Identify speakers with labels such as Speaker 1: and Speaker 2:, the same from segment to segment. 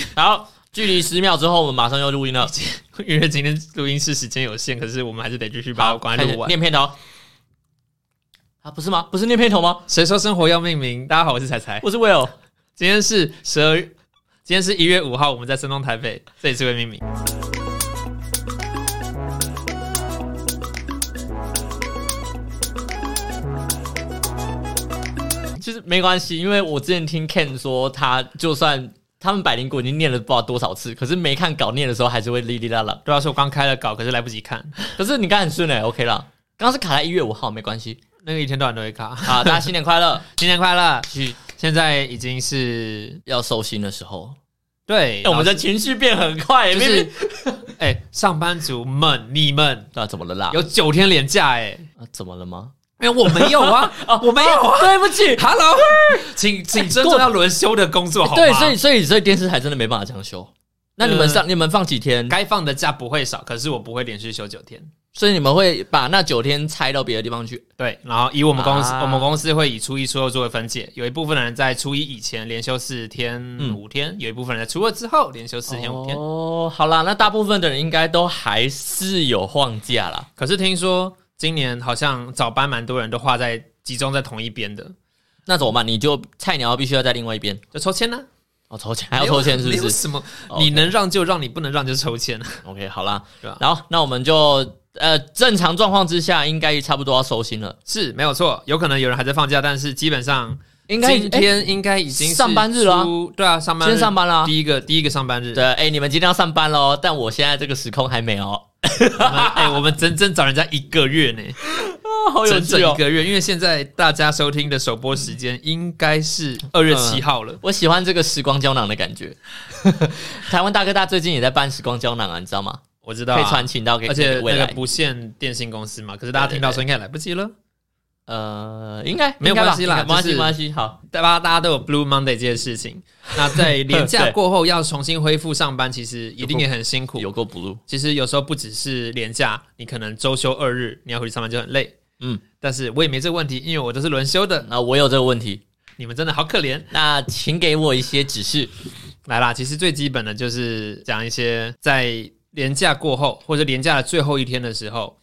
Speaker 1: 好，距离十秒之后，我们马上要录音了，
Speaker 2: 因为今天录音室时间有限，可是我们还是得继续把
Speaker 1: 好，
Speaker 2: 我关
Speaker 1: 开始
Speaker 2: 录完。
Speaker 1: 念片头。啊，不是吗？不是念片头吗？
Speaker 2: 谁说生活要命名？大家好，我是彩彩。
Speaker 1: 我是 Will。
Speaker 2: 今天是十二，今天是一月五号，我们在山东台北，这里是未命名。
Speaker 1: 其实没关系，因为我之前听 Ken 说，他就算他们百灵果已经念了不知道多少次，可是没看稿念的时候还是会哩哩啦啦。
Speaker 2: 对啊，是我刚开了稿，可是来不及看，
Speaker 1: 可是你刚才很顺哎、o k 啦。刚刚是卡在一月五号，没关系。
Speaker 2: 那个一天到晚都会 卡。
Speaker 1: 好，大家新年快乐！
Speaker 2: 新年快乐！
Speaker 1: 去
Speaker 2: 现在已经是
Speaker 1: 要收心的时候，
Speaker 2: 对、
Speaker 1: 哎、我们
Speaker 2: 老
Speaker 1: 的
Speaker 2: 师
Speaker 1: 情绪变很快、欸，
Speaker 2: 就
Speaker 1: 明
Speaker 2: 是
Speaker 1: 明
Speaker 2: 哎、上班族们，你们
Speaker 1: 那怎么了啦？
Speaker 2: 有九天连假哎、
Speaker 1: 啊、怎么了吗？哦
Speaker 2: 因为我没有 啊，我没有啊。
Speaker 1: 对不起，
Speaker 2: Hello，请哎请尊重要轮休的工作好吗？
Speaker 1: 对，所以所以所以电视台真的没办法这样休。那你们上、你们放几天？
Speaker 2: 该放的假不会少，可是我不会连续休九天。
Speaker 1: 所以你们会把那九天拆到别的地方去？
Speaker 2: 对，然后以我们公司，
Speaker 1: 啊
Speaker 2: 我们公司会以初一、初二作为分界，有一部分的人在初一以前连休四天、
Speaker 1: 嗯
Speaker 2: 五天，有一部分人在初二之后连休四天、五天。
Speaker 1: 哦，好啦，那大部分的人应该都还是有放假啦。
Speaker 2: 可是听说今年好像早班蛮多人都划在集中在同一边的，
Speaker 1: 那怎么办？你就菜鸟必须要在另外一边
Speaker 2: 就抽签呢、
Speaker 1: 哦，抽签还要抽签是
Speaker 2: 没
Speaker 1: 不
Speaker 2: 有
Speaker 1: 是
Speaker 2: 什么，
Speaker 1: 哦
Speaker 2: 你能让就让，你不能让就抽签。
Speaker 1: ？OK，好啦
Speaker 2: 对啊，
Speaker 1: 然后那我们就呃正常状况之下，应该差不多要收心了。
Speaker 2: 是没有错，有可能有人还在放假，但是基本上
Speaker 1: 应该
Speaker 2: 今
Speaker 1: 哎
Speaker 2: 天应该已经是
Speaker 1: 上班日了啊
Speaker 2: 初对啊，上
Speaker 1: 今
Speaker 2: 班日
Speaker 1: 天上班啦。
Speaker 2: 第一个第一个上班日。
Speaker 1: 对，哎，你们今天要上班喽，但我现在这个时空还没哦。
Speaker 2: 我们哎、我们整整找人家一个月呢，
Speaker 1: 好哦
Speaker 2: 整整一！个月，因为现在大家收听的首播时间应该是二月七号了。
Speaker 1: 我喜欢这个时光胶囊的感觉。 台湾大哥大最近也在办时光胶囊啊，你知道吗？
Speaker 2: 我知道、
Speaker 1: 可以
Speaker 2: 啊，
Speaker 1: 传情到给
Speaker 2: 而且
Speaker 1: 给未
Speaker 2: 那个
Speaker 1: 来。
Speaker 2: 不限电信公司嘛，可是大家听到说应该来不及了，
Speaker 1: 呃，应该
Speaker 2: 没
Speaker 1: 应
Speaker 2: 有
Speaker 1: 该吧
Speaker 2: 关系啦
Speaker 1: 应该没关系，
Speaker 2: 就是
Speaker 1: 没关系。好，
Speaker 2: 对吧？大家都有 Blue Monday 这件事情，那在年假
Speaker 1: 对
Speaker 2: 过后要重新恢复上班，其实一定也很辛苦。
Speaker 1: 有够 blue。
Speaker 2: 其实有时候不只是连假，你可能周休二日，你要回去上班就很累。
Speaker 1: 嗯，
Speaker 2: 但是我也没这个问题，因为我都是轮休的。
Speaker 1: 那我有这个问题，
Speaker 2: 你们真的好可怜。
Speaker 1: 那请给我一些指示。
Speaker 2: 来啦，其实最基本的就是讲一些在年假过后或者年假的最后一天的时候，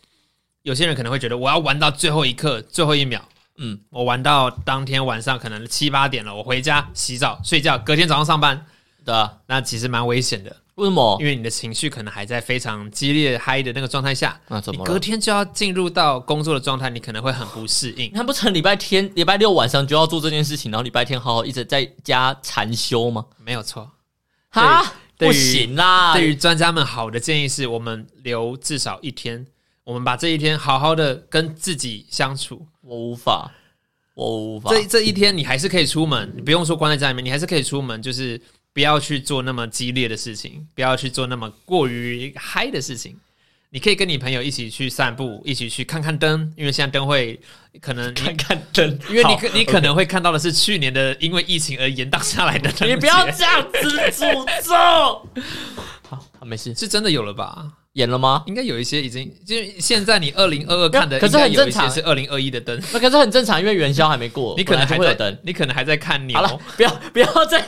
Speaker 2: 有些人可能会觉得我要玩到最后一刻、最后一秒，
Speaker 1: 嗯，
Speaker 2: 我玩到当天晚上可能七八点了，我回家洗澡睡觉，隔天早上上班，
Speaker 1: 对啊，
Speaker 2: 那其实蛮危险的，
Speaker 1: 为什么？
Speaker 2: 因为你的情绪可能还在非常激烈嗨的那个状态下，
Speaker 1: 那啊怎
Speaker 2: 你
Speaker 1: 么
Speaker 2: 隔
Speaker 1: 了？
Speaker 2: 天就要进入到工作的状态，你可能会很不适应。
Speaker 1: 那不成礼拜天、礼拜六晚上就要做这件事情，然后礼拜天好好一直在家禅修吗？
Speaker 2: 没有错，
Speaker 1: 哈，
Speaker 2: 对
Speaker 1: 不
Speaker 2: 于
Speaker 1: 行啦！
Speaker 2: 对于专家们好的建议是，我们留至少一天，我们把这一天好好的跟自己相处。
Speaker 1: 我无法，我无法。
Speaker 2: 这这一天你还是可以出门，你不用说关在家里面，你还是可以出门，就是不要去做那么激烈的事情，不要去做那么过于嗨的事情。你可以跟你朋友一起去散步，一起去看看灯，因为现在灯会可能你。
Speaker 1: 看灯，
Speaker 2: 因为你可你可能会看到的是去年的因为疫情而延宕下来的 灯
Speaker 1: 你
Speaker 2: 节，
Speaker 1: 不要这样子诅咒。好，没事，
Speaker 2: 是真的有了吧？
Speaker 1: 演了吗？
Speaker 2: 应该有一些已经，就是现在你二零二二看的，
Speaker 1: 可是很
Speaker 2: 应该
Speaker 1: 正
Speaker 2: 有一
Speaker 1: 常
Speaker 2: 些是二零二一的灯，
Speaker 1: 那可是很正常，因为元宵还没过，
Speaker 2: 你可能还
Speaker 1: 本来
Speaker 2: 在
Speaker 1: 就会有灯。
Speaker 2: 你哦可能还在看牛
Speaker 1: 好。了，不要不要再，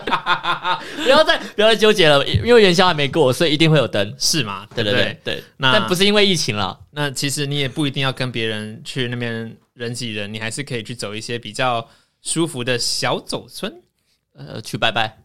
Speaker 1: 不要再不要再纠结了，因为元宵还没过，所以一定会有灯。
Speaker 2: 是吗？
Speaker 1: 对
Speaker 2: 对
Speaker 1: 对
Speaker 2: 不
Speaker 1: 对对，
Speaker 2: 那
Speaker 1: 但不是因为疫情啦。
Speaker 2: 那其实你也不一定要跟别人去那边人挤人，你还是可以去走一些比较舒服的小走村，
Speaker 1: 呃，去拜拜，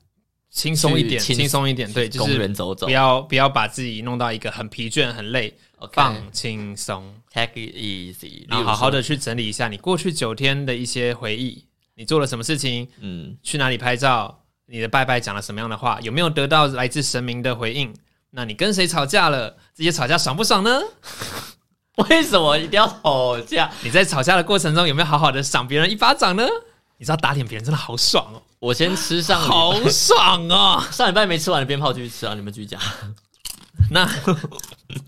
Speaker 2: 轻松一点，
Speaker 1: 去轻
Speaker 2: 轻松一点。对，就
Speaker 1: 公
Speaker 2: 是
Speaker 1: 园走走
Speaker 2: 不。要不要把自己弄到一个很疲倦、很累，放轻松，
Speaker 1: ，take it easy，
Speaker 2: 然后好好，的去整理一下你过去九天的一些回忆，你做了什么事情，
Speaker 1: 嗯，
Speaker 2: 去哪里拍照，你的拜拜讲了什么样的话，有没有得到来自神明的回应？那你跟谁吵架了？这些吵架爽不爽呢？
Speaker 1: 为什么一定要吵架？
Speaker 2: 你在吵架的过程中有没有好好的赏别人一巴掌呢？你知道打脸别人真的好爽哦，
Speaker 1: 我先吃上礼
Speaker 2: 好爽哦！
Speaker 1: 上礼拜没吃完的鞭炮继续吃啊，你们继续讲。
Speaker 2: 那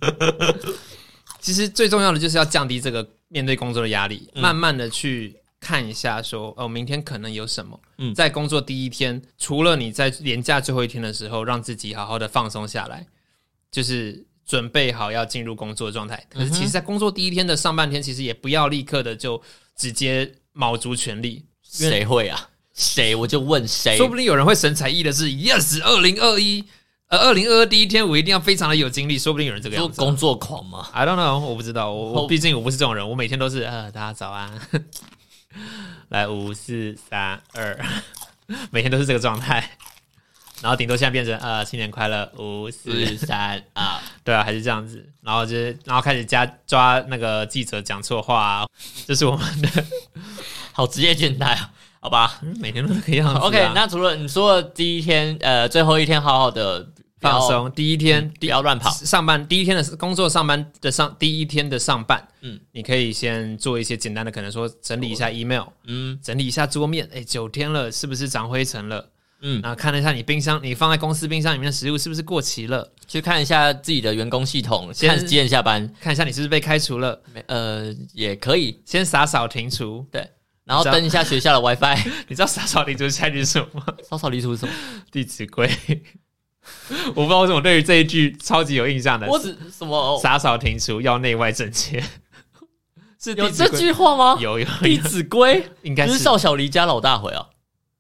Speaker 2: 其实最重要的就是要降低这个面对工作的压力，
Speaker 1: 嗯
Speaker 2: 慢慢的去看一下说，哦，明天可能有什么。
Speaker 1: 嗯
Speaker 2: 在工作第一天，除了你在年假最后一天的时候，让自己好好的放松下来，就是准备好要进入工作状态。
Speaker 1: 嗯
Speaker 2: 可是其实，在工作第一天的上半天，其实也不要立刻的就直接卯足全力，
Speaker 1: 谁会啊？谁，我就问谁。
Speaker 2: 说不定有人会神采奕奕的是 yes，二零二一呃二零二二第一天我一定要非常的有精力，说不定有人这个
Speaker 1: 做
Speaker 2: 样子。
Speaker 1: 工作狂嘛，
Speaker 2: I don't know，我不知道，我
Speaker 1: 后
Speaker 2: 我毕竟我不是这种人，我每天都是呃，大家早安， 来五四三二，每天都是这个状态，然后顶多现在变成呃新年快乐五四，
Speaker 1: 四三二，
Speaker 2: 对啊，还是这样子，然后就是然后开始加抓那个记者讲错话、啊，这是我们的
Speaker 1: 好职业倦怠啊，好吧。
Speaker 2: 每天都是这个样子啊、
Speaker 1: OK，那除了你说的第一天，呃，最后一天好好的
Speaker 2: 放，松第一天
Speaker 1: 不要不要乱跑。
Speaker 2: 嗯上班第一天的工作，上班的上第一天的上班，
Speaker 1: 嗯
Speaker 2: 嗯，你可以先做一些简单的，可能说整理一下 email，
Speaker 1: 嗯
Speaker 2: 整理一下桌面，哎、九天了，是不是长灰尘了？
Speaker 1: 嗯，
Speaker 2: 然后看了一下你冰箱，你放在公司冰箱里面的食物是不是过期了？
Speaker 1: 去看一下自己的员工系统，
Speaker 2: 先
Speaker 1: 看几点下班，
Speaker 2: 看一下你是不是被开除了？
Speaker 1: 呃，也可以。
Speaker 2: 先打扫停除，
Speaker 1: 对，然后
Speaker 2: 你知道
Speaker 1: 登一下学校的 WiFi，
Speaker 2: 你知道打扫停除下一句是什么吗？
Speaker 1: 扫扫离除什么？
Speaker 2: 弟子规。 我不知道为什么我对于这一句超级有印象的。
Speaker 1: 我只什么
Speaker 2: 打扫停除要内外整洁， 是
Speaker 1: 有
Speaker 2: 弟子
Speaker 1: 这
Speaker 2: 规
Speaker 1: 句话吗？
Speaker 2: 有有
Speaker 1: 《弟
Speaker 2: 有，
Speaker 1: 子规》
Speaker 2: 应该
Speaker 1: 不是
Speaker 2: 是
Speaker 1: 少小离家老大回哦。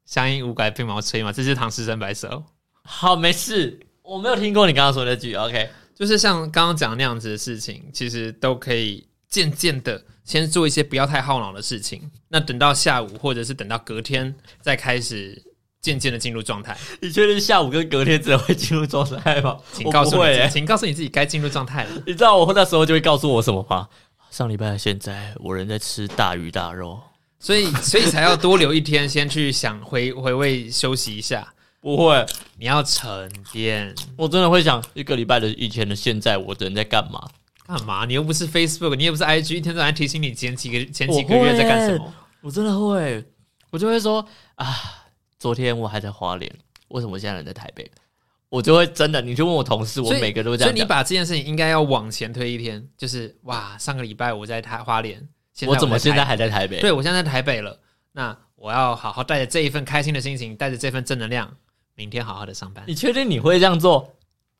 Speaker 2: 相应无改鬓毛衰嘛，这是唐诗三百首。
Speaker 1: 好，没事，我没有听过你刚刚说的那句。OK，
Speaker 2: 就是像刚刚讲的那样子的事情，其实都可以渐渐的先做一些不要太耗脑的事情。那等到下午或者是等到隔天再开始渐渐的进入状态。
Speaker 1: 你确定下午跟隔天只会进入状态吗？
Speaker 2: 请
Speaker 1: 我
Speaker 2: 告诉
Speaker 1: 不
Speaker 2: 你，
Speaker 1: 会、欸，
Speaker 2: 请告诉你自己该进入状态了。
Speaker 1: 你知道我那时候就会告诉我什么吗？上礼拜的现在，我人在吃大鱼大肉。
Speaker 2: 所以，所以才要多留一天，先去想回回味休息一下。
Speaker 1: 不会，
Speaker 2: 你要沉淀，
Speaker 1: 我真的会想一个礼拜的以前的现在，我人在干嘛？
Speaker 2: 干嘛？你又不是 Facebook，你也不是 IG，一天到晚提醒你前几个前几个
Speaker 1: 我会
Speaker 2: 月在干什么。
Speaker 1: 我真的会，我就会说啊，昨天我还在花莲，为什么我现在人在台北？我就会真的，你去问我同事，我
Speaker 2: 所以
Speaker 1: 每个都这
Speaker 2: 所以
Speaker 1: 样
Speaker 2: 你
Speaker 1: 讲。
Speaker 2: 把这件事情应该要往前推一天，就是哇，上个礼拜我在台花莲，现
Speaker 1: 我怎么
Speaker 2: 在
Speaker 1: 现在
Speaker 2: 台
Speaker 1: 还在台北？
Speaker 2: 对我现在在台北了，那我要好好带着这一份开心的心情，带着这份正能量，明天好好的上班。
Speaker 1: 你确定你会这样做？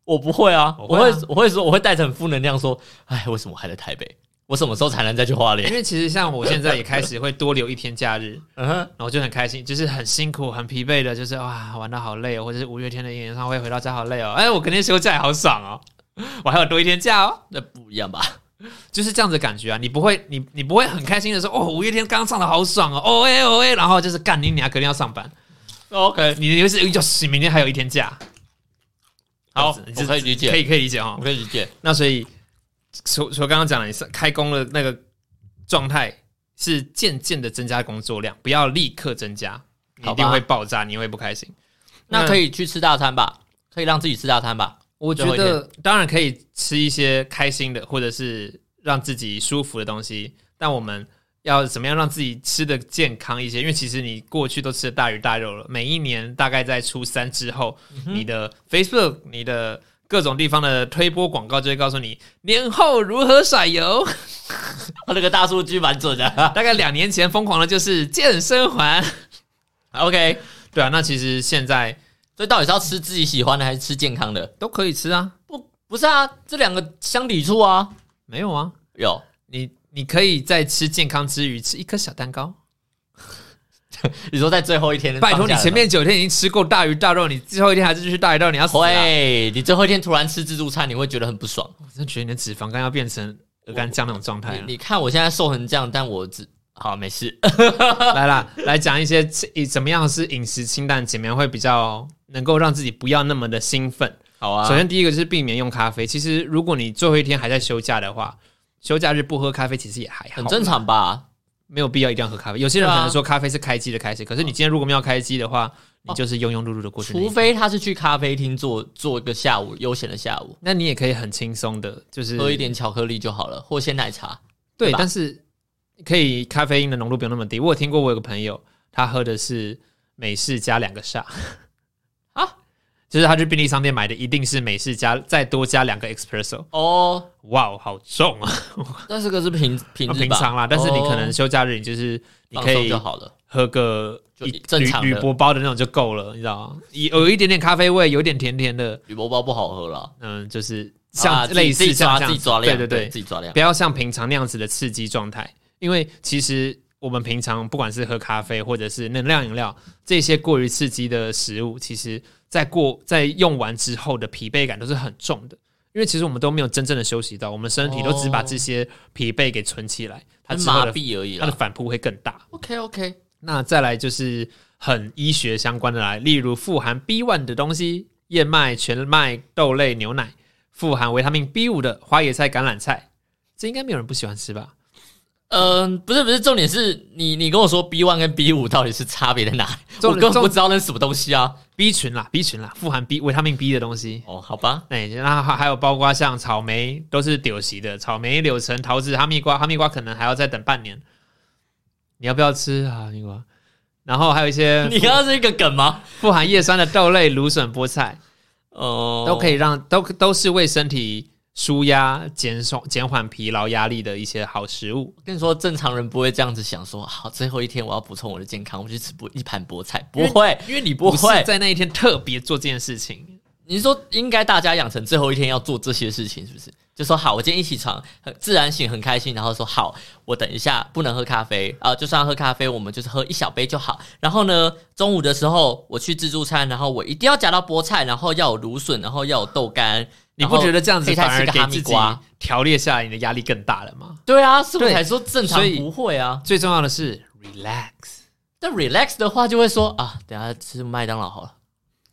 Speaker 1: 我不会啊，我
Speaker 2: 我会啊
Speaker 1: 我会说，我会带着很负能量说，哎，为什么我还在台北？我什么时候才能再去花
Speaker 2: 因
Speaker 1: 莲？
Speaker 2: 为其实像我现在也开始会多留一天假日，
Speaker 1: 嗯哼，
Speaker 2: 然后就很开心，就是很辛苦、很疲惫的，就是哇玩的好累哦，或者是五月天的演唱会回到家好累哦，哎，我肯定休假也好爽哦，我还有多一天假哦，
Speaker 1: 那不一样吧？
Speaker 2: 就是这样子的感觉啊，你不会你你不会很开心的说哦，五月天刚唱的好爽哦，哦哎哦哎，然后就是干你娘，肯定要上班。
Speaker 1: 哦 OK，
Speaker 2: 你就是就是明天还有一天假，
Speaker 1: 好
Speaker 2: 这样子
Speaker 1: 我可以理解
Speaker 2: 可以可以理解哈
Speaker 1: 哦我。可以理解。
Speaker 2: 那所以，所所以刚刚讲了，你是开工的那个状态是渐渐的增加工作量，不要立刻增加，你
Speaker 1: 好吧
Speaker 2: 一定会爆炸，你会不开心。
Speaker 1: 那可
Speaker 2: 以，
Speaker 1: 以去吃大餐吧？可以让自己吃大餐吧？
Speaker 2: 我觉
Speaker 1: 最后一
Speaker 2: 得当然可以吃一些开心的，或者是让自己舒服的东西，但我们。要怎么样让自己吃的健康一些？因为其实你过去都吃的大鱼大肉了，每一年大概在初三之后，你的 Facebook、你的各种地方的推播广告就会告诉你年后如何甩油。
Speaker 1: 那个大数据蛮准的。
Speaker 2: 大概两年前疯狂的就是健身环，
Speaker 1: OK，
Speaker 2: 对啊，那其实现在
Speaker 1: 所以到底是要吃自己喜欢的，还是吃健康的？
Speaker 2: 都可以吃啊，
Speaker 1: 不，不是啊，这两个相抵触啊。
Speaker 2: 没有啊，
Speaker 1: 有，
Speaker 2: 你你可以在吃健康之余吃一颗小蛋糕。
Speaker 1: 你说在最后一天，
Speaker 2: 拜托你前面九天已经吃够大鱼大肉，你最后一天还是继续大鱼大肉，你要死啊！
Speaker 1: 会，你最后一天突然吃自助餐，你会觉得很不爽。
Speaker 2: 我真的觉得你的脂肪肝要变成鹅肝酱那种状态了
Speaker 1: 你。你看我现在瘦成这样，但我只好没事。
Speaker 2: 来啦，来讲一些吃怎么样是饮食清淡，怎么样会比较能够让自己不要那么的兴奋。
Speaker 1: 好啊
Speaker 2: 首先第一个就是避免用咖啡。其实如果你最后一天还在休假的话，休假日不喝咖啡其实也还好，
Speaker 1: 很正常吧？
Speaker 2: 没有必要一定要喝咖啡。有些人可能说咖啡是开机的开始，可是你今天如果没有开机的话，你就是庸庸碌碌的过去那一
Speaker 1: 除
Speaker 2: 天。
Speaker 1: 非他是去咖啡厅做做一个下午悠闲的下午，
Speaker 2: 那你也可以很轻松的，就是
Speaker 1: 喝一点巧克力就好了，或鲜奶茶。
Speaker 2: 对，
Speaker 1: 对吧
Speaker 2: 但是可以咖啡因的浓度不用那么低。我有听过，我有个朋友他喝的是美式加两个煞
Speaker 1: 啊，
Speaker 2: 就是他去便利商店买的一定是美式加再多加两个 espresso。
Speaker 1: 哦，
Speaker 2: 哇，好重啊！
Speaker 1: 那这个是平平日吧
Speaker 2: 哦平常啦，但是你可能
Speaker 1: 哦
Speaker 2: 休假日你就是你
Speaker 1: 放
Speaker 2: 可
Speaker 1: 松
Speaker 2: 以
Speaker 1: 就好了。
Speaker 2: 喝个
Speaker 1: 就
Speaker 2: 一
Speaker 1: 正
Speaker 2: 铝
Speaker 1: 常的
Speaker 2: 铝箔包的那种就够了，你知道吗？有有一点点咖啡味，有一点甜甜的，
Speaker 1: 铝箔包不好喝了，
Speaker 2: 嗯，就是
Speaker 1: 啊
Speaker 2: 像
Speaker 1: 自己
Speaker 2: 类
Speaker 1: 自
Speaker 2: 似
Speaker 1: 己
Speaker 2: 像
Speaker 1: 抓
Speaker 2: 这
Speaker 1: 自
Speaker 2: 样
Speaker 1: 己抓
Speaker 2: 对
Speaker 1: 量，
Speaker 2: 对对
Speaker 1: 自，己抓量。
Speaker 2: 不要像平常那样子的刺激状态，因为其实我们平常不管是喝咖啡或者是能量饮料这些过于刺激的食物，其实在过在用完之后的疲惫感都是很重的，因为其实我们都没有真正的休息到，我们身体都只把这些疲惫给存起来，
Speaker 1: 哦
Speaker 2: 它
Speaker 1: 很
Speaker 2: 之后
Speaker 1: 麻
Speaker 2: 的
Speaker 1: 痹而已
Speaker 2: 它的
Speaker 1: 啦。
Speaker 2: 反扑会更大。
Speaker 1: OK OK，
Speaker 2: 那再来就是很医学相关的来，例如富含 B one 的东西，燕麦、全麦、豆类、牛奶；富含维他命 B 五的花椰菜、橄榄菜，这应该没有人不喜欢吃吧？
Speaker 1: 嗯、不是不是，重点是你你跟我说 B one 跟 B 五到底是差别在哪里？
Speaker 2: 重
Speaker 1: 我
Speaker 2: 点
Speaker 1: 根本不知道那是什么东西啊。
Speaker 2: B 群啦，B 群啦，富含 B 维他命 B 的东西。
Speaker 1: 哦，好 吧，
Speaker 2: 哎、那还还有包括像草莓，都是丢席的，草莓、柳橙、桃子、哈密瓜，哈密瓜可能还要再等半年。你要不要吃啊？哈密瓜？然后还有一些
Speaker 1: 你刚刚是一个梗吗？
Speaker 2: 富含叶酸的豆类、芦笋、菠菜。
Speaker 1: 哦、
Speaker 2: 都可以让都都是为身体舒压、减松、减缓疲劳压力的一些好食物。
Speaker 1: 跟你说，正常人不会这样子想说，好，最后一天我要补充我的健康，我去吃不一盘菠菜，不会。
Speaker 2: 因为你
Speaker 1: 不
Speaker 2: 不是
Speaker 1: 会
Speaker 2: 在那一天特别做这件事情，
Speaker 1: 你说应该大家养成最后一天要做这些事情，是不是？就说好，我今天一起床很自然醒，很开心，然后说好，我等一下不能喝咖啡啊、就算要喝咖啡，我们就是喝一小杯就好。然后呢，中午的时候我去自助餐，然后我一定要夹到菠菜，然后要有芦笋，然后要有豆干。
Speaker 2: 你不觉得这样子
Speaker 1: 然后
Speaker 2: 反
Speaker 1: 配菜
Speaker 2: 而
Speaker 1: 吃个
Speaker 2: 给
Speaker 1: 哈密
Speaker 2: 自己
Speaker 1: 瓜？
Speaker 2: 调列下来，你的压力更大了吗？
Speaker 1: 对啊，是不是
Speaker 2: 对
Speaker 1: 才说正常
Speaker 2: 所以
Speaker 1: 不会啊？
Speaker 2: 最重要的是 relax，
Speaker 1: 但 relax 的话就会说啊，等一下吃麦当劳好了。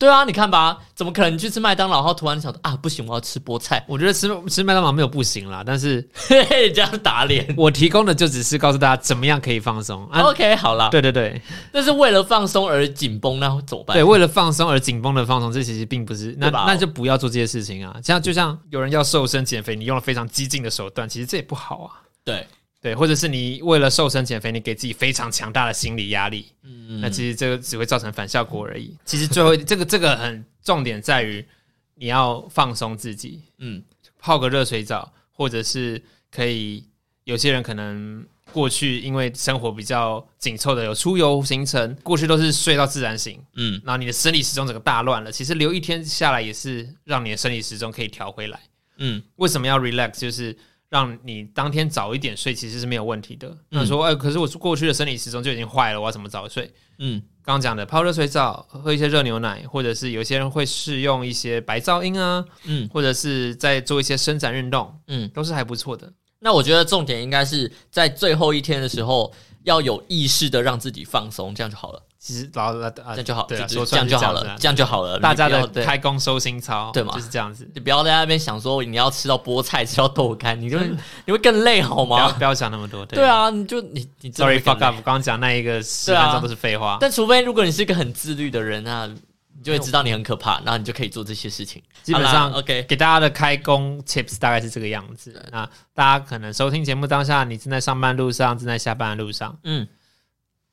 Speaker 1: 对啊，你看吧，怎么可能你去吃麦当劳，然后突然想到啊，不行，我要吃菠菜，
Speaker 2: 我觉得吃吃麦当劳没有不行啦，但是
Speaker 1: 嘿嘿， 这样打脸。
Speaker 2: 我提供的就只是告诉大家怎么样可以放松啊。
Speaker 1: OK，好啦，
Speaker 2: 对对对
Speaker 1: 但是为了放松而紧绷，那怎么办？
Speaker 2: 对，为了放松而紧绷的放松，这其实并不是那
Speaker 1: 对吧
Speaker 2: 那就不要做这些事情啊。像就像有人要瘦身减肥，你用了非常激进的手段，其实这也不好啊。
Speaker 1: 对，
Speaker 2: 对，或者是你为了瘦身减肥，你给自己非常强大的心理压力，
Speaker 1: 嗯
Speaker 2: 那其实这个只会造成反效果而已。其实最后这个这个很重点在于你要放松自己，
Speaker 1: 嗯，
Speaker 2: 泡个热水澡，或者是可以有些人可能过去因为生活比较紧凑的有出游行程，过去都是睡到自然醒，
Speaker 1: 嗯，
Speaker 2: 然后你的生理时钟整个大乱了。其实留一天下来也是让你的生理时钟可以调回来。
Speaker 1: 嗯，
Speaker 2: 为什么要 relax？就是让你当天早一点睡，其实是没有问题
Speaker 1: 嗯
Speaker 2: 的。那说，哎、可是我过去的生理时钟就已经坏了，我要怎么早睡？
Speaker 1: 嗯，
Speaker 2: 刚刚讲的泡热水澡，喝一些热牛奶，或者是有些人会试用一些白噪音啊，
Speaker 1: 嗯，
Speaker 2: 或者是在做一些伸展运动，
Speaker 1: 嗯，
Speaker 2: 都是还不错的。
Speaker 1: 那我觉得重点应该是在最后一天的时候，要有意识的让自己放松，这样就好了，
Speaker 2: 其实老了啊
Speaker 1: 这样就好，
Speaker 2: 对啊，
Speaker 1: 就
Speaker 2: 说
Speaker 1: 这样
Speaker 2: 穿是
Speaker 1: 就好
Speaker 2: 子啊
Speaker 1: 了，这样就好了。
Speaker 2: 大家
Speaker 1: 你
Speaker 2: 的
Speaker 1: 不要对
Speaker 2: 开工收心操，
Speaker 1: 对嘛
Speaker 2: 就是这样子。
Speaker 1: 你不要在那边想说你要吃到菠菜，吃到豆干，你就 你会更累好
Speaker 2: 不要
Speaker 1: 吗？
Speaker 2: 不要想那么多，对
Speaker 1: 对。啊，你就你你真的会
Speaker 2: Sorry, fuck
Speaker 1: 更
Speaker 2: up！
Speaker 1: 累
Speaker 2: 我刚刚讲那一个十
Speaker 1: 啊
Speaker 2: 分钟都是废话。
Speaker 1: 但除非如果你是一个很自律的人啊，你就会知道你很可怕，然后你就可以做这些事情。
Speaker 2: 基本
Speaker 1: 好
Speaker 2: 上
Speaker 1: 啦 OK，
Speaker 2: 给大家的开工 tips 大概是这个样子。那大家可能收听节目当下，你正在上班路上，正在下班的路上，
Speaker 1: 嗯，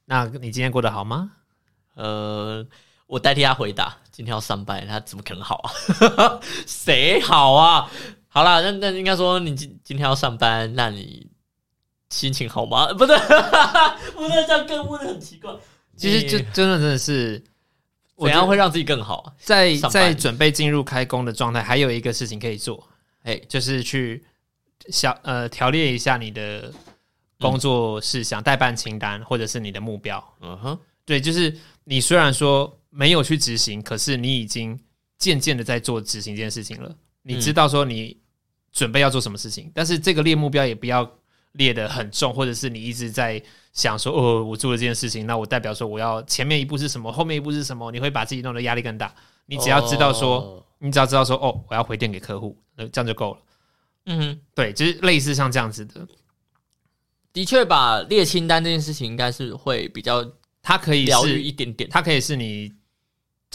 Speaker 2: 那你今天过得好吗？
Speaker 1: 呃，我代替他回答，今天要上班，他怎么可能好啊？ 谁好啊？好啦，那那应该说你今今天要上班，那你心情好吗？ 不对，不对，这样更问的很奇怪。
Speaker 2: 其实就
Speaker 1: 你
Speaker 2: 真的真的是，我
Speaker 1: 嗯怎
Speaker 2: 觉
Speaker 1: 样
Speaker 2: 得
Speaker 1: 会让自己更好啊？
Speaker 2: 在
Speaker 1: 上班
Speaker 2: 在准备进入开工的状态，还有一个事情可以做，
Speaker 1: 哎，
Speaker 2: 就是去小呃条列一下你的工作事项、代办清单，或者是你的目标。
Speaker 1: 嗯哼，
Speaker 2: 对，就是你虽然说没有去执行，可是你已经渐渐的在做执行这件事情了。你
Speaker 1: 嗯
Speaker 2: 知道说你准备要做什么事情，但是这个列目标也不要列得很重，或者是你一直在想说哦，我做了这件事情，那我代表说我要前面一步是什么，后面一步是什么，你会把自己弄得压力更大。你只要知道说，
Speaker 1: 哦，
Speaker 2: 你只要知道说哦，我要回电给客户，呃这样就够了。
Speaker 1: 嗯哼，
Speaker 2: 对，就是类似像这样子的，
Speaker 1: 的确吧，列清单这件事情应该是会比较
Speaker 2: 它可以
Speaker 1: 疗愈
Speaker 2: 是
Speaker 1: 一点点，
Speaker 2: 它可以是你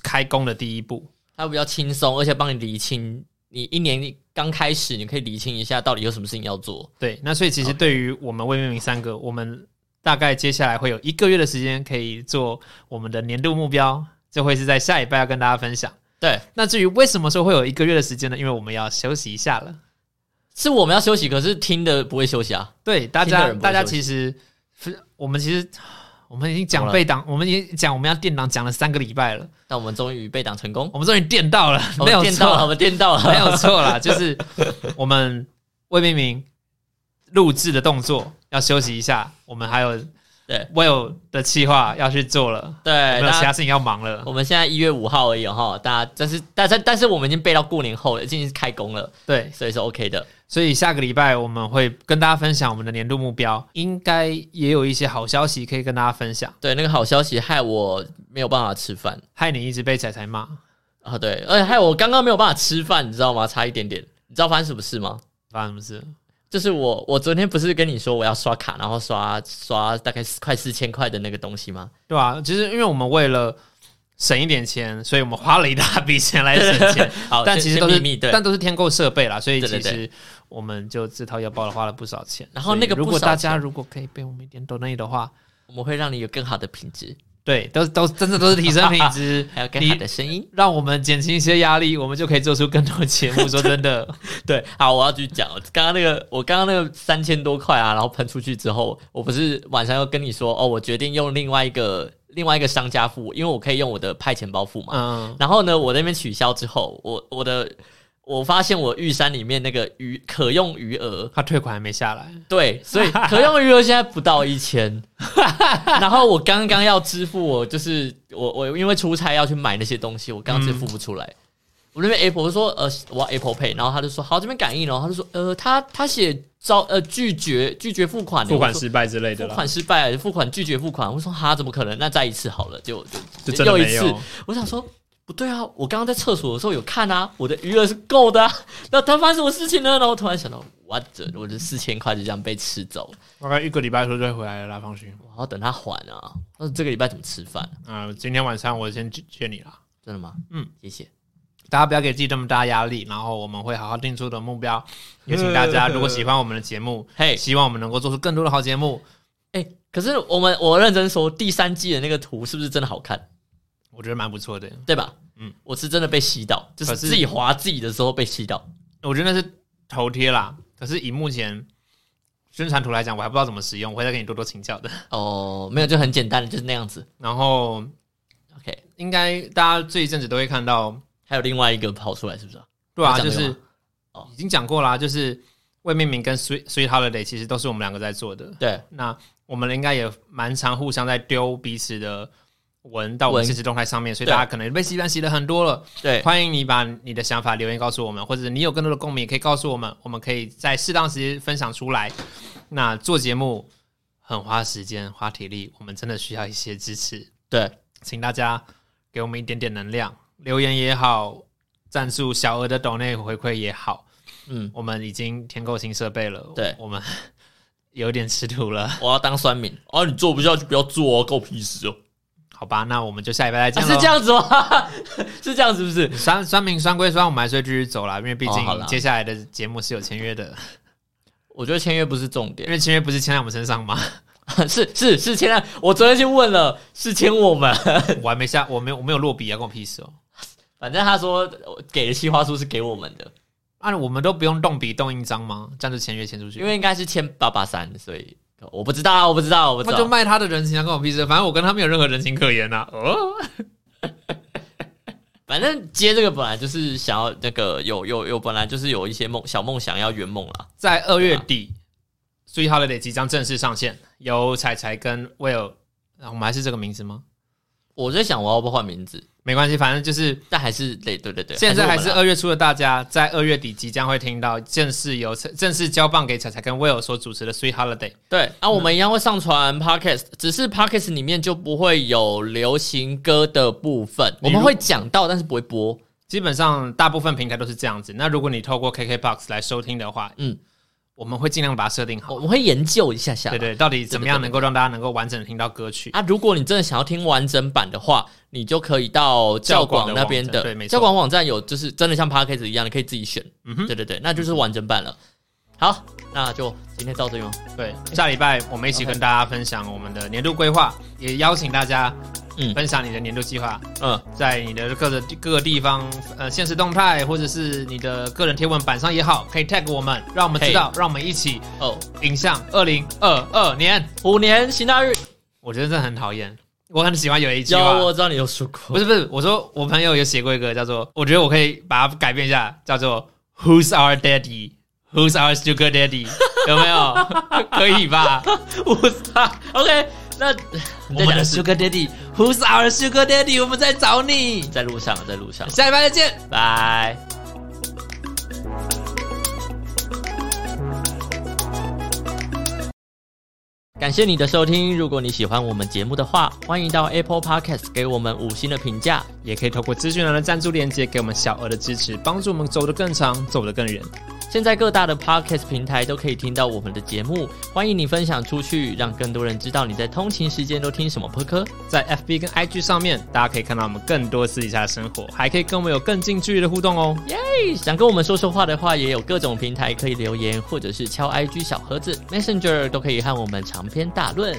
Speaker 2: 开工的第一步。
Speaker 1: 它比较轻松，而且帮你理清。你一年刚开始，你可以理清一下到底有什么事情要做。
Speaker 2: 对，那所以其实
Speaker 1: OK
Speaker 2: 对于我们未命名三个，我们大概接下来会有一个月的时间可以做我们的年度目标，这会是在下礼拜要跟大家分享。
Speaker 1: 对，
Speaker 2: 那至于为什么说会有一个月的时间呢？因为我们要休息一下了。
Speaker 1: 是我们要休息，可是听的不会休息啊。
Speaker 2: 对，大
Speaker 1: 听的
Speaker 2: 家
Speaker 1: 人不会
Speaker 2: 大家
Speaker 1: 休息
Speaker 2: 其实我们其实我们已经
Speaker 1: 怎么
Speaker 2: 讲
Speaker 1: 了
Speaker 2: 被挡，我们已经讲我们要垫档讲了三个礼拜了，
Speaker 1: 但我们终于被挡成功，
Speaker 2: 我们终于垫到了，
Speaker 1: 我
Speaker 2: 没
Speaker 1: 们
Speaker 2: 有
Speaker 1: 电哦
Speaker 2: 错
Speaker 1: 到了，我们电 到
Speaker 2: 没
Speaker 1: 了。
Speaker 2: 有错啦，就是我们未命名录制的动作要休息一下，我们还有
Speaker 1: 对
Speaker 2: ，Will 的计划要去做了，
Speaker 1: 对，
Speaker 2: 没有其
Speaker 1: 大
Speaker 2: 他
Speaker 1: 家
Speaker 2: 事情要忙了。
Speaker 1: 我们现在一月五号而已哈，大家但是但是但是我们已经背到过年后了，已经是开工了，
Speaker 2: 对，
Speaker 1: 所以是 OK 的。
Speaker 2: 所以下个礼拜我们会跟大家分享我们的年度目标，应该也有一些好消息可以跟大家分享。
Speaker 1: 对，那个好消息害我没有办法吃饭
Speaker 2: 害你一直被仔仔骂，
Speaker 1: 啊，对，而且害我刚刚没有办法吃饭，你知道吗？差一点点，你知道发生什么事吗？
Speaker 2: 发生什么事？
Speaker 1: 就是我，我昨天不是跟你说我要刷卡，然后刷刷大概快四千块的那个东西 吗？
Speaker 2: 对吧、啊？其实因为我们为了省一点钱，所以我们花了一大笔钱来省 钱，
Speaker 1: 好，
Speaker 2: 但
Speaker 1: 这
Speaker 2: 其
Speaker 1: 哦
Speaker 2: 实
Speaker 1: 是
Speaker 2: 都
Speaker 1: 秘
Speaker 2: 是
Speaker 1: 密对。
Speaker 2: 但都是添购设备啦，所以
Speaker 1: 对对
Speaker 2: 其
Speaker 1: 对
Speaker 2: 实我们就这套腰包了花了不少钱。
Speaker 1: 然后那个
Speaker 2: 所以如
Speaker 1: 不
Speaker 2: 果
Speaker 1: 少
Speaker 2: 大家
Speaker 1: 钱
Speaker 2: 如果可以被我们一点抖内的话，
Speaker 1: 我们会让你有更好的品质，
Speaker 2: 对，都都真的都是提升品质
Speaker 1: ，还有更
Speaker 2: 你
Speaker 1: 好的声音。
Speaker 2: 让我们减轻一些压力，我们就可以做出更多节目。说 真的，
Speaker 1: 对，好，我要去讲刚刚那个，我刚刚那个三千多块啊，然后喷出去之后，我不是晚上又跟你说，哦，我决定用另外一个另外一个商家付，因为我可以用我的派钱包付嘛。
Speaker 2: 嗯，
Speaker 1: 然后呢，我那边取消之后，我我的我发现我玉山里面那个余可用余额
Speaker 2: 他退款还没下来，
Speaker 1: 对， 所以可用余额现在不到一千。 然后我刚刚要支付我，就是我我因为出差要去买那些东西，我刚刚支付不出来。我那边 Apple 我就说呃我要 Apple Pay，然后他就说好这边感应哦，他就说呃他他写遭呃拒绝拒绝付款，我说
Speaker 2: 败之类
Speaker 1: 付款失败，付款拒绝付款。我说哈怎么可能？那再一次好了，就就
Speaker 2: 就真的
Speaker 1: 又一
Speaker 2: 没
Speaker 1: 次
Speaker 2: 有。
Speaker 1: 我想说。不对啊！我刚刚在厕所的时候有看啊，我的余额是够的、啊。那他发生什么事情呢？然后我突然想到，what the- 我的四千块就这样被吃走了。
Speaker 2: 大概一个礼拜后就会回来了啦，放心。
Speaker 1: 我要等他还啊。那这个礼拜怎么吃饭？
Speaker 2: 啊、今天晚上我先劝你啦，
Speaker 1: 真的吗？
Speaker 2: 嗯，
Speaker 1: 谢谢。
Speaker 2: 大家不要给自己这么大压力，然后我们会好好定出的目标。也请大 家，如果喜欢我们的节目，
Speaker 1: 嘿，
Speaker 2: 希望我们能够做出更多的好节目。
Speaker 1: 哎，可是我们我认真说，第三季的那个图是不是真的好看？
Speaker 2: 我觉得蛮不错的，
Speaker 1: 对吧？
Speaker 2: 嗯
Speaker 1: 嗯，我是真的被吸到，就
Speaker 2: 可
Speaker 1: 是
Speaker 2: 是
Speaker 1: 自己划自己的时候被吸到。
Speaker 2: 我觉得那是头贴啦。可是以目前宣传图来讲，我还不知道怎么使用，我会再跟你多多请教的。
Speaker 1: 哦，没有，就很简单的，就是那样子。
Speaker 2: 然后
Speaker 1: OK，
Speaker 2: 应该大家这一阵子都会看到，
Speaker 1: 还有另外一个跑出来，是不是啊？
Speaker 2: 对啊，
Speaker 1: 有
Speaker 2: 就
Speaker 1: 讲这个
Speaker 2: 是
Speaker 1: 吗哦
Speaker 2: 已经讲过啦，就是魏明明跟 Sweet Sweet Holiday 其实都是我们两个在做的。
Speaker 1: 对，
Speaker 2: 那我们应该也蛮常互相在丢彼此的文到我们
Speaker 1: 文
Speaker 2: 现实动态上面，所以
Speaker 1: 对
Speaker 2: 大家可能被洗版洗的很多了。
Speaker 1: 对，
Speaker 2: 欢迎你把你的想法留言告诉我们，或者你有更多的共鸣也可以告诉我们，我们可以在适当时间分享出来。那做节目很花时间、花体力，我们真的需要一些支持，
Speaker 1: 对，
Speaker 2: 请大家给我们一点点能量，留言也好，赞助小额的抖内回馈也好，
Speaker 1: 嗯，
Speaker 2: 我们已经添购新设备了，
Speaker 1: 对
Speaker 2: 我们有点吃土了。
Speaker 1: 我要当酸民啊！你做不下去不要做哦，够屁事哦！
Speaker 2: 好吧，那我们就下礼拜再
Speaker 1: 啊
Speaker 2: 见
Speaker 1: 是
Speaker 2: 喽、
Speaker 1: 这样子吗？ 是这样子，是不是？
Speaker 2: 酸酸民酸归酸，我们还是会继续走啦，因为毕
Speaker 1: 哦好啦
Speaker 2: 竟接下来的节目是有签约的，
Speaker 1: 我觉得签约不是重点
Speaker 2: 因，为签约不是签在我们身上吗？
Speaker 1: 是是是签了。我昨天去问了，是签我们。
Speaker 2: 我还没下，我没有我没有落笔啊，关我屁事哦。
Speaker 1: 反正他说呃给的企划书是给我们的，
Speaker 2: 啊，我们都不用动笔动印章吗？这样就签约签出去，
Speaker 1: 因为应该是签八八三，所以我不知道啊，我不知道，我不知
Speaker 2: 那就
Speaker 1: 道。
Speaker 2: 卖他的人情啊，关我屁事。反正我跟他没有任何人情可言呐、啊。哦，
Speaker 1: 反正接这个本来就是想要那个有有有，本来就是有一些梦小梦想要圆梦啦。
Speaker 2: 在二月底，《最 Holiday》即将正式上线，由彩彩跟 Will，、啊、我们还是这个名字吗？
Speaker 1: 我在想我要不要换名字，
Speaker 2: 没关系，反正就是
Speaker 1: 但还是得对对对，
Speaker 2: 现在还
Speaker 1: 我们
Speaker 2: 是啊
Speaker 1: 啦
Speaker 2: 二月初的大家，在二月底即将会听到正式由正式交棒给彩彩跟 Will 所主持的《Sweet Holiday》。
Speaker 1: 对，那、
Speaker 2: 嗯
Speaker 1: 我们一样会上传 podcast，只是 podcast 里面就不会有流行歌的部分，我
Speaker 2: 例如
Speaker 1: 们会讲到，但是不会播。
Speaker 2: 基本上大部分平台都是这样子。那如果你透过 KKBox 来收听的话，
Speaker 1: 嗯，
Speaker 2: 我们会尽量把它设定好。
Speaker 1: 我们会研究一下下啦。
Speaker 2: 对对，到底怎么样
Speaker 1: 对对对
Speaker 2: 能够让大家能够完整地听到歌曲？
Speaker 1: 啊，如果你真的想要听完整版的话，你就可以到教广那边
Speaker 2: 教广的网站对没错
Speaker 1: 教广网站有，就是真的像 podcast 一样，你可以自己选。
Speaker 2: 嗯哼
Speaker 1: 对对对，那就是完整版了。好，那就今天到这里吗？哦
Speaker 2: 对，下礼拜我们一起
Speaker 1: OK
Speaker 2: 跟大家分享我们的年度规划，也邀请大家
Speaker 1: 嗯
Speaker 2: 分享你的年度计划，
Speaker 1: 嗯，
Speaker 2: 在你的各个各个地方，呃，现实动态或者是你的个人贴文板上也好，可以 tag 我们，让我们知道，让我们一起
Speaker 1: 哦，
Speaker 2: 迎向二零二二年。
Speaker 1: 虎年行大运，
Speaker 2: 我觉得这很讨厌，我很喜欢有一句
Speaker 1: 有
Speaker 2: 话，
Speaker 1: 我知道你有说过
Speaker 2: 不，是不是，我说我朋友有写过一个叫做，我觉得我可以把它改变一下，叫做 Who's Our Daddy。Who's our sugar daddy？有没有？可以吧？
Speaker 1: 我 OK，
Speaker 2: 那
Speaker 1: 我
Speaker 2: 我们的 Sugar Daddy，Who's our Sugar Daddy？我们在找你，
Speaker 1: 在路上，在路上，
Speaker 2: 下礼拜再见。
Speaker 1: 拜。感谢你的收听。如果你喜欢我们节目的话，欢迎到 Apple Podcast 给我们五星的评价。
Speaker 2: 也可以透过资讯栏的赞助链接给我们小额的支持，帮助我们走得更长，走得更远。
Speaker 1: 现在各大的 Podcast 平台都可以听到我们的节目，欢迎你分享出去，让更多人知道你在通勤时间都听什么播客。
Speaker 2: 在 FB 跟 IG 上面，大家可以看到我们更多私底下的生活，还可以跟我们有更近距离的互动哦。
Speaker 1: 耶、想跟我们说说话的话，也有各种平台可以留言，或者是敲 IG 小盒子、Messenger 都可以和我们长篇大论。